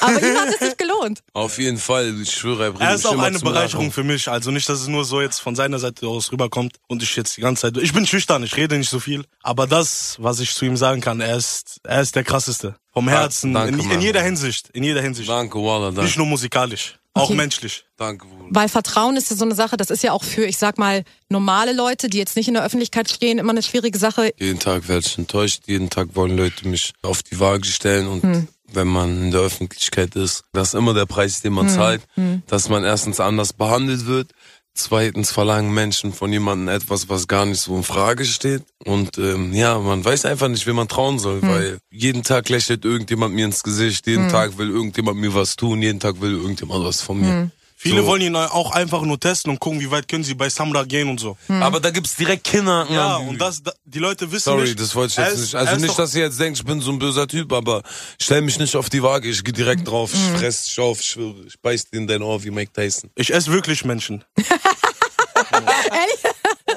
S4: Aber ihm hat es sich gelohnt.
S5: Auf jeden Fall. Ich schwöre, er bringt
S8: Er ist
S5: mich
S8: auch
S5: immer
S8: eine
S5: zum
S8: Bereicherung
S5: Lachen.
S8: für mich. Also nicht, dass es nur so jetzt von seiner Seite aus rüberkommt und ich jetzt die ganze Zeit. Ich bin schüchtern, ich rede nicht so viel. Aber das, was ich zu ihm sagen kann, er ist, er ist der krasseste. Vom Herzen,
S5: Ah, danke,
S8: in,
S5: Mann.
S8: in jeder Hinsicht. In jeder Hinsicht.
S5: Danke, Walla,
S8: Nicht
S5: danke.
S8: nur musikalisch, auch
S4: Okay.
S8: menschlich.
S5: Danke, Bruder.
S4: Weil Vertrauen ist ja so eine Sache, das ist ja auch für, ich sag mal, normale Leute, die jetzt nicht in der Öffentlichkeit stehen, immer eine schwierige Sache.
S5: Jeden Tag werde ich enttäuscht. Jeden Tag wollen Leute mich auf die Waage stellen. Und wenn man in der Öffentlichkeit ist, das ist immer der Preis, den man zahlt. Dass man erstens anders behandelt wird. Zweitens verlangen Menschen von jemandem etwas, was gar nicht so in Frage steht. Und ähm, ja, man weiß einfach nicht, wem man trauen soll, weil jeden Tag lächelt irgendjemand mir ins Gesicht, jeden Tag will irgendjemand mir was tun, jeden Tag will irgendjemand was von mir.
S8: Viele
S5: So.
S8: wollen ihn auch einfach nur testen und gucken, wie weit können sie bei Samra gehen und so.
S5: Aber da gibt's direkt Kinder.
S8: Hm. Ja, und das, da, die Leute wissen
S5: Sorry,
S8: nicht.
S5: das wollte ich
S8: er
S5: jetzt
S8: ist-
S5: nicht.
S8: er
S5: Also
S8: ist
S5: nicht,
S8: doch-
S5: dass ihr jetzt denkt, ich bin so ein böser Typ, aber stell mich nicht auf die Waage. Ich gehe direkt drauf, ich fress, ich auf, ich, schwöre, ich beiß dir in dein Ohr wie Mike Tyson.
S8: Ich esse wirklich Menschen.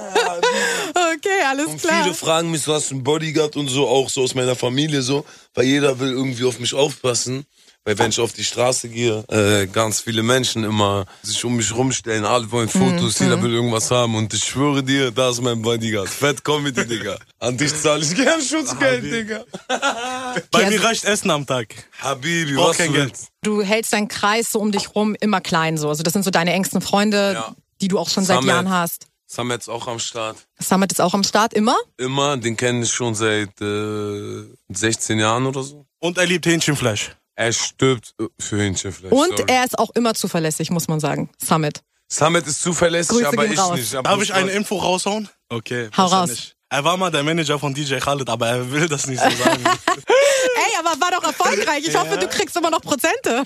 S4: Okay, alles
S5: Und
S4: klar.
S5: viele fragen mich, so hast du einen Bodyguard und so, auch so aus meiner Familie so, weil jeder will irgendwie auf mich aufpassen. Weil wenn ich auf die Straße gehe, äh, ganz viele Menschen immer sich um mich rumstellen, alle wollen Fotos, jeder will irgendwas haben und ich schwöre dir, da ist mein Bodyguard. Fett Comedy, Digga. An dich zahle ich gern Schutzgeld, Digga.
S8: Bei
S4: Ja,
S8: mir
S4: also-
S8: reicht Essen am Tag.
S5: Habibi,
S8: Brauch
S5: was
S8: kein
S5: du
S8: Geld.
S5: willst.
S4: Du hältst deinen Kreis so um dich rum immer klein so. Also das sind so deine engsten Freunde,
S5: Ja.
S4: die du auch schon seit
S5: Samet.
S4: Jahren hast.
S5: Das haben wir jetzt auch am Start.
S4: Summit ist auch am Start, immer.
S5: immer, den kenne ich schon seit äh, 16 Jahren oder so.
S8: Und er liebt Hähnchenfleisch.
S5: Er stirbt äh, für Hähnchenfleisch.
S4: Und
S5: sorry.
S4: er ist auch immer zuverlässig, muss man sagen. Summit.
S5: Summit ist zuverlässig,
S4: Grüße
S5: aber
S4: gehen
S5: ich
S4: raus.
S5: nicht. Aber
S8: Darf ich eine Info raushauen? Okay.
S4: Hau
S8: besser
S4: raus.
S8: nicht. Er war mal der Manager von DJ Khaled, aber er will das nicht so sagen.
S4: Ey, aber war doch erfolgreich. Ich hoffe, du kriegst immer noch Prozente.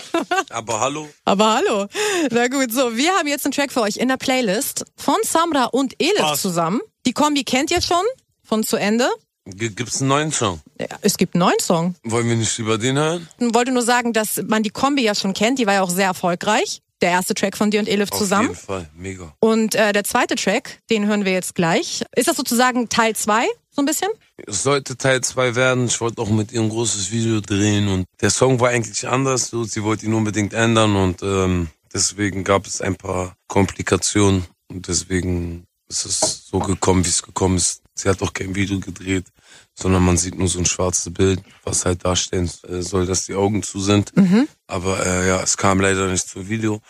S5: Aber hallo?
S4: Aber hallo. Na gut, so, wir haben jetzt einen Track für euch in der Playlist von Samra und Elif
S8: Passt.
S4: zusammen. Die Kombi kennt ihr schon von zu Ende.
S5: G gibt's einen neuen Song?
S4: Ja, Es gibt einen neuen Song.
S5: Wollen wir nicht über den hören?
S4: Ich wollte nur sagen, dass man die Kombi ja schon kennt. Die war ja auch sehr erfolgreich. Der erste Track von dir und Elif zusammen.
S5: Auf jeden Fall, mega.
S4: Und äh, der zweite Track, den hören wir jetzt gleich. Ist das sozusagen Teil 2, so ein bisschen?
S5: Es sollte Teil 2 werden. Ich wollte auch mit ihr ein großes Video drehen und der Song war eigentlich anders. So, sie wollte ihn unbedingt ändern und ähm, deswegen gab es ein paar Komplikationen und deswegen ist es so gekommen, wie es gekommen ist. Sie hat auch kein Video gedreht, sondern man sieht nur so ein schwarzes Bild, was halt darstellen äh, soll, dass die Augen zu sind. Aber äh, ja, es kam leider nicht zum Video.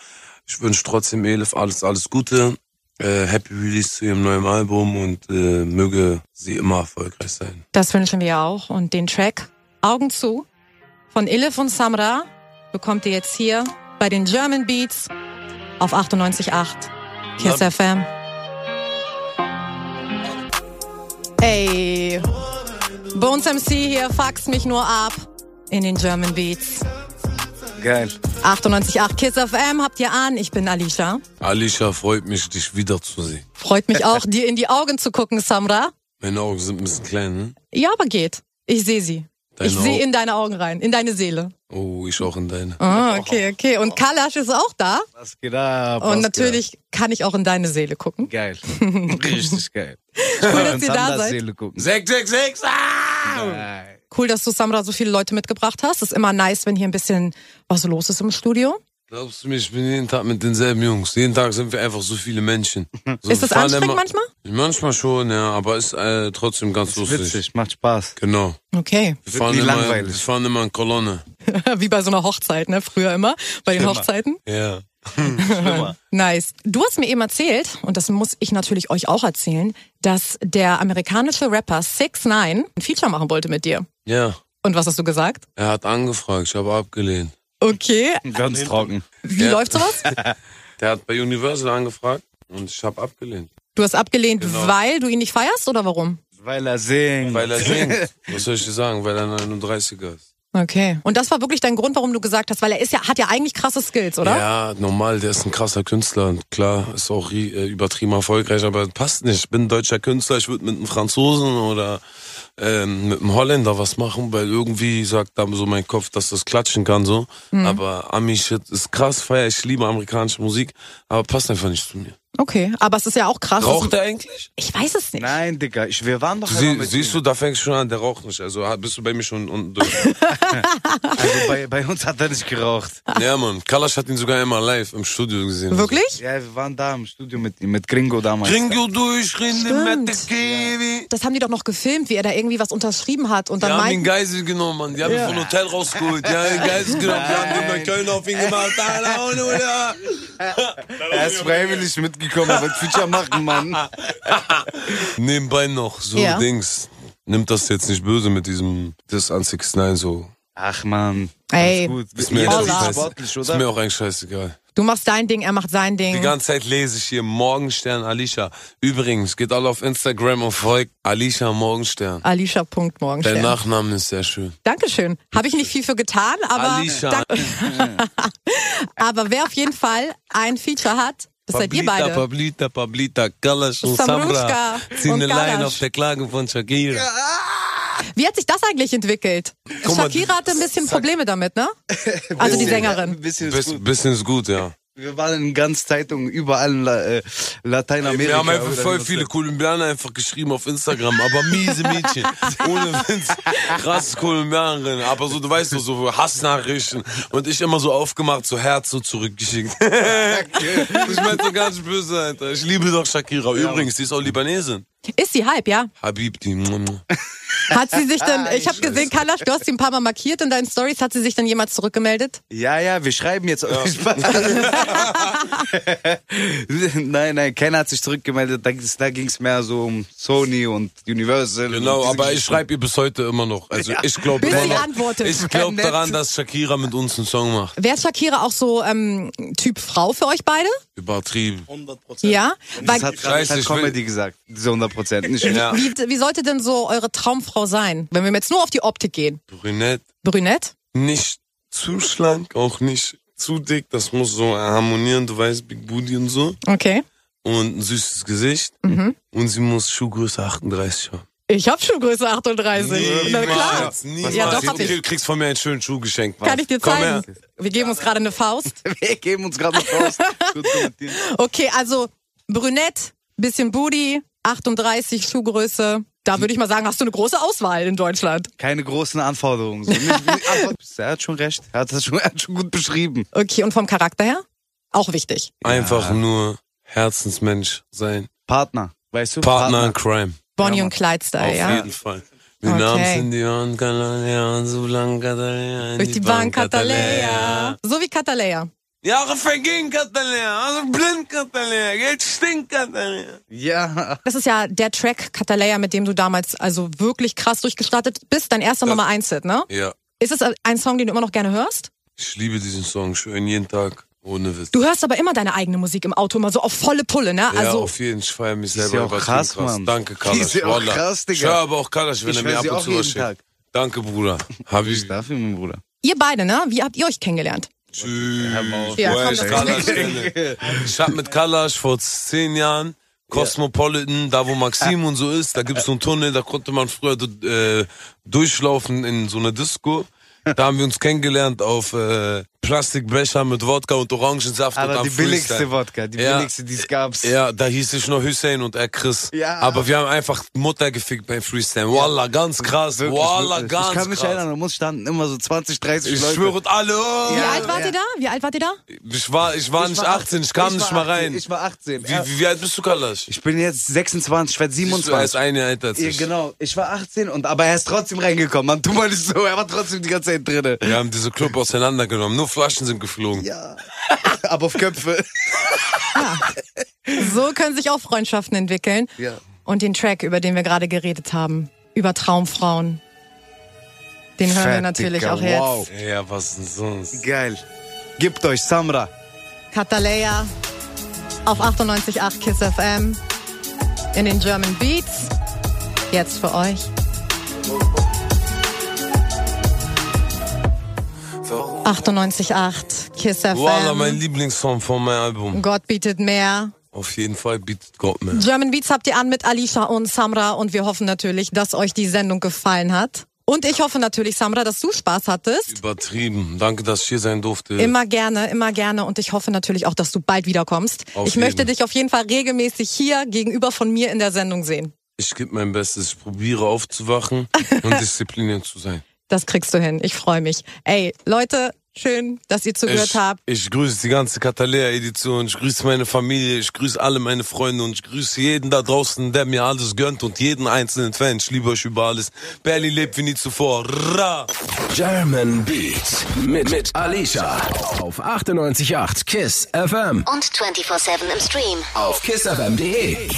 S5: Ich wünsche trotzdem Elif alles, alles Gute. Äh, Happy Release zu ihrem neuen Album und äh, möge sie immer erfolgreich sein.
S4: Das wünschen wir auch. Und den Track Augen zu von Elif und Samra bekommt ihr jetzt hier bei den German Beats auf 98.8 Kiss FM. Ey, Bones MC hier, fax mich nur ab in den German Beats.
S2: Geil.
S4: 98.8 Kiss FM habt ihr an, ich bin Alicia.
S5: Alicia, freut mich, dich wiederzusehen.
S4: Freut mich auch, dir in die Augen zu gucken, Samra.
S5: Meine Augen sind ein bisschen klein, ne?
S4: Ja, aber geht. Ich sehe sie.
S5: Deine
S4: ich sehe
S5: Au-
S4: in deine Augen rein, in deine Seele.
S5: Oh, ich auch in deine.
S4: Ah, okay, okay. Und Kalasch ist auch da.
S2: Was geht ab?
S4: Und
S2: Was
S4: natürlich kann ich auch in deine Seele gucken.
S2: Geht ab? Geil. Richtig geil.
S4: Cool, dass ihr da seid.
S2: Seele gucken.
S5: 666! Ah!
S2: Geil.
S4: Cool, dass du Samra so viele Leute mitgebracht hast. Ist immer nice, wenn hier ein bisschen was los ist im Studio.
S5: Glaubst du mir, ich bin jeden Tag mit denselben Jungs. Jeden Tag sind wir einfach so viele Menschen. So,
S4: Ist
S5: wir
S4: das
S5: fahren
S4: anstrengend manchmal?
S5: Manchmal schon, ja, aber ist äh, trotzdem ganz lustig.
S2: Witzig, macht Spaß.
S5: Genau.
S4: Okay.
S5: Wir fahren,
S2: nie
S5: immer,
S2: langweilig.
S5: wir fahren immer in Kolonne.
S4: Wie bei so einer Hochzeit, ne? Früher immer. Bei den Hochzeiten.
S5: Ja.
S4: Nice. Du hast mir eben erzählt, und das muss ich natürlich euch auch erzählen, dass der amerikanische Rapper 6 9 ein Feature machen wollte mit dir.
S5: Ja.
S4: Und was hast du gesagt?
S5: Er hat angefragt, ich habe abgelehnt.
S4: Okay.
S2: Ganz trocken.
S4: Wie
S5: Ja.
S4: läuft sowas?
S5: Der hat bei Universal angefragt und ich habe abgelehnt.
S4: Du hast abgelehnt,
S5: Genau.
S4: weil du ihn nicht feierst oder warum?
S2: Weil er singt.
S5: Weil er singt. Was soll ich dir sagen? Weil er ein 31er ist.
S4: Okay. Und das war wirklich dein Grund, warum du gesagt hast, weil er ist ja, hat ja eigentlich krasse Skills, oder?
S5: Ja, normal, der ist ein krasser Künstler. Und klar, ist auch ri- äh, übertrieben erfolgreich, aber passt nicht. Ich bin ein deutscher Künstler, ich würde mit einem Franzosen oder ähm, mit einem Holländer was machen, weil irgendwie sagt da so mein Kopf, dass das klatschen kann so. Aber Ami-Shit ist krass, feier ich liebe amerikanische Musik, aber passt einfach nicht zu mir.
S4: Okay. Aber es ist ja auch krass.
S5: Raucht er eigentlich?
S4: Ich weiß es nicht.
S2: Nein, Digga, ich, wir waren doch
S5: Sie, siehst du, da fängst du schon an, der raucht nicht. Also ha- bist du bei mir schon unten durch.
S2: Also bei, bei uns hat er nicht geraucht.
S5: ja, Mann. Kalasch hat ihn sogar immer live im Studio gesehen.
S4: Wirklich?
S2: Ja, wir waren da im Studio mit ihm, mit Gringo damals.
S5: Ringo durch, Rinde,
S4: Stimmt.
S5: Mette, Kiwi.
S4: Das haben die doch noch gefilmt, wie er da irgendwie was unterschrieben hat und
S5: Die
S4: dann
S5: haben ihn
S4: meint.
S5: Geisel genommen, Mann. Die haben ihn vom Hotel rausgeholt. Die haben ihn Geisel genommen. Die haben ihn bei Köln auf ihn gemacht. Alle auch nur da.
S2: Er ist freiwillig mitgekommen, er wird Feature machen, Mann.
S5: Nebenbei noch so
S4: Ja.
S5: Dings. Nimmt das jetzt nicht böse mit diesem das an 6 9 so.
S2: Ach, Mann.
S4: Ey,
S2: Alles gut.
S5: Ist mir,
S2: Jeder
S5: eigentlich
S4: Holla.
S2: ist
S5: scheiße-
S2: sportlich,
S5: ist mir
S2: oder?
S5: auch eigentlich scheißegal.
S4: du machst dein Ding, er macht sein
S5: Die
S4: Ding.
S5: ganze Zeit lese ich hier Morgenstern Alicia. Übrigens, geht alle auf Instagram und folgt Alicia Morgenstern.
S4: Alicia Punkt
S5: Dein
S4: Morgenstern.
S5: Nachname ist sehr schön.
S4: Dankeschön. Habe ich nicht viel für getan, aber,
S5: Alicia.
S4: Dank- aber wer auf jeden Fall ein Feature hat, das seid ihr
S5: Pablita,
S4: beide.
S5: Pablita, Pablita, Kalash und Samra
S4: Samruska
S5: ziehen
S4: und
S5: eine Line
S4: Kalash.
S5: auf der Klage von Shakira.
S4: Wie hat sich das eigentlich entwickelt?
S5: Guck mal,
S4: Shakira hatte ein bisschen Probleme damit, ne? Also die
S2: Ein
S4: Sängerin.
S2: bisschen ist
S5: Bis,
S2: gut.
S5: bisschen ist gut, ja.
S2: Wir waren in ganz Zeitungen, überall in La äh, Lateinamerika.
S5: Wir haben einfach
S2: oder
S5: voll
S2: was
S5: viele Kolumbianer einfach geschrieben auf Instagram, aber miese Mädchen. Ohne Witz. Krass Kolumbianerin. Aber so, du weißt so, so Hassnachrichten. Und ich immer so aufgemacht, so Herz so zurückgeschickt. ich meinte so ganz böse, Alter. Ich liebe doch Shakira. Übrigens, die ist auch Libanesin.
S4: Ist sie halb, ja?
S5: Habib, die.
S4: Hat sie sich denn,
S5: Ah,
S4: ich habe gesehen, Kalasch, du hast sie ein paar Mal markiert in deinen Stories, hat sie sich dann jemals zurückgemeldet?
S2: Ja, ja, wir schreiben jetzt. nein, nein, keiner hat sich zurückgemeldet. Da, ging's- da ging es mehr so um Sony und Universal. und
S5: Genau,
S2: diese
S5: aber ich
S2: Geschichten.
S5: schreibe ihr bis heute immer noch. Also ich glaube
S4: Bis
S5: immer
S4: sie
S5: noch.
S4: antwortet. Äh,
S5: Ich glaube daran, dass Shakira mit uns einen Song macht.
S4: Wäre Shakira auch so ähm, Typ Frau für euch beide?
S5: Übertrieben.
S8: 100%.
S4: Ja? Weil,
S2: Das hat,
S5: Ich weiß,
S2: das hat
S5: ich will-
S2: Comedy gesagt. Diese 100 Prozent. Nicht
S5: Ja.
S4: wie, wie sollte denn so eure Traumfrau sein, wenn wir jetzt nur auf die Optik gehen?
S5: Brünett.
S4: Brünett?
S5: nicht zu schlank, auch nicht zu dick. Das muss so harmonieren, du weißt, Big Booty und so.
S4: Okay.
S5: Und ein süßes Gesicht.
S4: Mhm.
S5: Und sie muss Schuhgröße 38 haben.
S4: Ich habe Schuhgröße 38. Na klar.
S5: Niemals, niemals.
S4: Ja, doch, hab
S5: okay,
S4: ich.
S5: du kriegst von mir einen schönen Schuh geschenkt.
S4: Kann ich dir
S5: Komm her.
S4: zeigen. Wir geben uns gerade eine Faust.
S2: Wir geben uns gerade noch raus. Gut kommentiert.
S4: Okay, also Brünett, bisschen Booty, 38 Schuhgröße. Da würde ich mal sagen, hast du eine große Auswahl in Deutschland.
S2: Keine großen Anforderungen. So. Nicht- nicht Anforderungen. Er hat schon recht. Er hat das schon, er hat schon gut beschrieben.
S4: Okay, und vom Charakter her? Auch wichtig.
S5: Einfach nur Herzensmensch sein.
S2: Partner. Weißt du?
S5: Partner in Crime.
S4: Bonnie und Clyde Style,
S5: Auf
S4: ja.
S5: jeden Fall. Wir
S4: Okay.
S5: Namen sind die Hand, Catalan, so lang Catalan.
S4: Durch die Bahn Catalea. So wie Catalea.
S5: Jahre vergehen, Catalan. Also blind, Catalan. Geld stinkt, Catalan.
S2: Ja.
S4: Das ist ja der Track Catalea, mit dem du damals also wirklich krass durchgestartet bist. Dein erster Nummer 1 Hit, ne?
S5: Ja,
S4: Ist es ein Song, den du immer noch gerne hörst?
S5: Ich liebe diesen Song, schön jeden Tag, ohne Witz.
S4: Du hörst aber immer deine eigene Musik im Auto, immer so auf volle Pulle, ne?
S5: ja,
S4: Also,
S5: auf jeden Fall, ich feier mich
S2: ist
S5: selber
S2: ja auch
S5: übertrieben
S2: krass, Mann.
S5: Danke,
S2: Die
S5: Kalasch.
S2: ist ja auch
S5: Wallah.
S2: krass, Digga.
S5: Ich höre aber auch Kalasch, wenn
S2: Ich
S5: er
S2: hör
S5: mir ab
S2: sie
S5: und
S2: auch
S5: zu
S2: jeden
S5: was
S2: Tag.
S5: schickt. Danke, Bruder. Hab ich.
S2: Dafür, mein Bruder.
S4: ihr beide, ne? Wie habt ihr euch kennengelernt?
S5: Tschüss.
S2: mal auf.
S4: Ja,
S5: Wo
S4: komm,
S5: ich
S4: das
S5: Kalasch
S4: ist-
S5: kenne. Ich hab mit Kalasch vor zehn Jahren Cosmopolitan, da wo Maxim und so ist, da gibt's so einen Tunnel, da konnte man früher äh, durchlaufen in so einer Disco. Da haben wir uns kennengelernt auf äh, Plastikbecher mit Wodka und Orangensaft und
S2: Aber
S5: am
S2: die
S5: Freestyle.
S2: billigste Wodka, die
S5: Ja.
S2: billigste, die es gab.
S5: Ja, da hieß ich noch Hussein und er Chris.
S2: Ja.
S5: Aber wir haben einfach Mutter gefickt beim Freestyle. Wallah, ganz krass.
S2: Wirklich,
S5: Wallah,
S2: wirklich.
S5: ganz
S2: Ich kann mich
S5: krass.
S2: erinnern, da standen immer so 20, 30
S5: Ich
S2: Leute.
S5: schwöre und alle. Oh.
S4: Wie
S2: Ja,
S4: alt wart
S2: ja.
S4: ihr da? Wie alt wart ihr da?
S5: Ich war, ich war
S2: Ich
S5: nicht
S2: war
S5: 18, ich kam
S2: ich
S5: nicht
S2: war
S5: mal
S2: 18,
S5: rein.
S2: Ich war 18.
S5: Wie,
S2: Ja.
S5: wie, wie alt bist du, Kalash?
S2: Ich bin jetzt 26, ich werde
S5: Du, er ist
S2: 27.
S5: ein Jahr älter als
S2: Ja,
S5: ich.
S2: genau, ich war 18, und, aber er ist trotzdem reingekommen. Man, tu mal nicht so, er war trotzdem die ganze Zeit drinne.
S5: Wir haben diese Club auseinandergenommen. Nur Flaschen sind geflogen.
S2: Ja. aber auf Köpfe.
S4: So können sich auch Freundschaften entwickeln.
S2: Ja.
S4: Und den Track, über den wir gerade geredet haben, über Traumfrauen, den hören wir
S2: Fett,
S4: natürlich
S2: Dicker,
S4: auch jetzt.
S2: wow.
S5: Ja, was denn sonst?
S2: Geil. Gebt euch, Samra.
S4: Kataleya auf 98.8 Kiss FM in den German Beats. Jetzt für euch.
S1: Warum?
S4: 98.8 Kiss
S5: Wallah, mein
S4: FM.
S5: Lieblingssong von meinem Album.
S4: Gott bietet mehr.
S5: Auf jeden Fall bietet Gott mehr.
S4: German Beats habt ihr an mit Alicia und Samra und wir hoffen natürlich, dass euch die Sendung gefallen hat. Und ich hoffe natürlich, Samra, dass du Spaß hattest.
S5: Übertrieben. Danke, dass ich hier sein durfte.
S4: Immer gerne, immer gerne. Und ich hoffe natürlich auch, dass du bald wiederkommst.
S5: Auf
S4: ich möchte
S5: jeden.
S4: dich auf jeden Fall regelmäßig hier gegenüber von mir in der Sendung sehen.
S5: Ich gebe mein Bestes. Ich probiere aufzuwachen und diszipliniert zu sein.
S4: Das kriegst du hin. Ich freue mich. Ey, Leute, schön, dass ihr zugehört
S5: Ich,
S4: habt.
S5: ich grüße die ganze Catalea-Edition, ich grüße meine Familie, ich grüße alle meine Freunde und ich grüße jeden da draußen, der mir alles gönnt und jeden einzelnen Fan. Ich liebe euch über alles. Berlin lebt wie nie zuvor. Ra!
S3: German Beats mit, mit Alicia auf 98.8 KISS FM
S9: Und 24-7 im Stream.
S3: auf kissfm.de.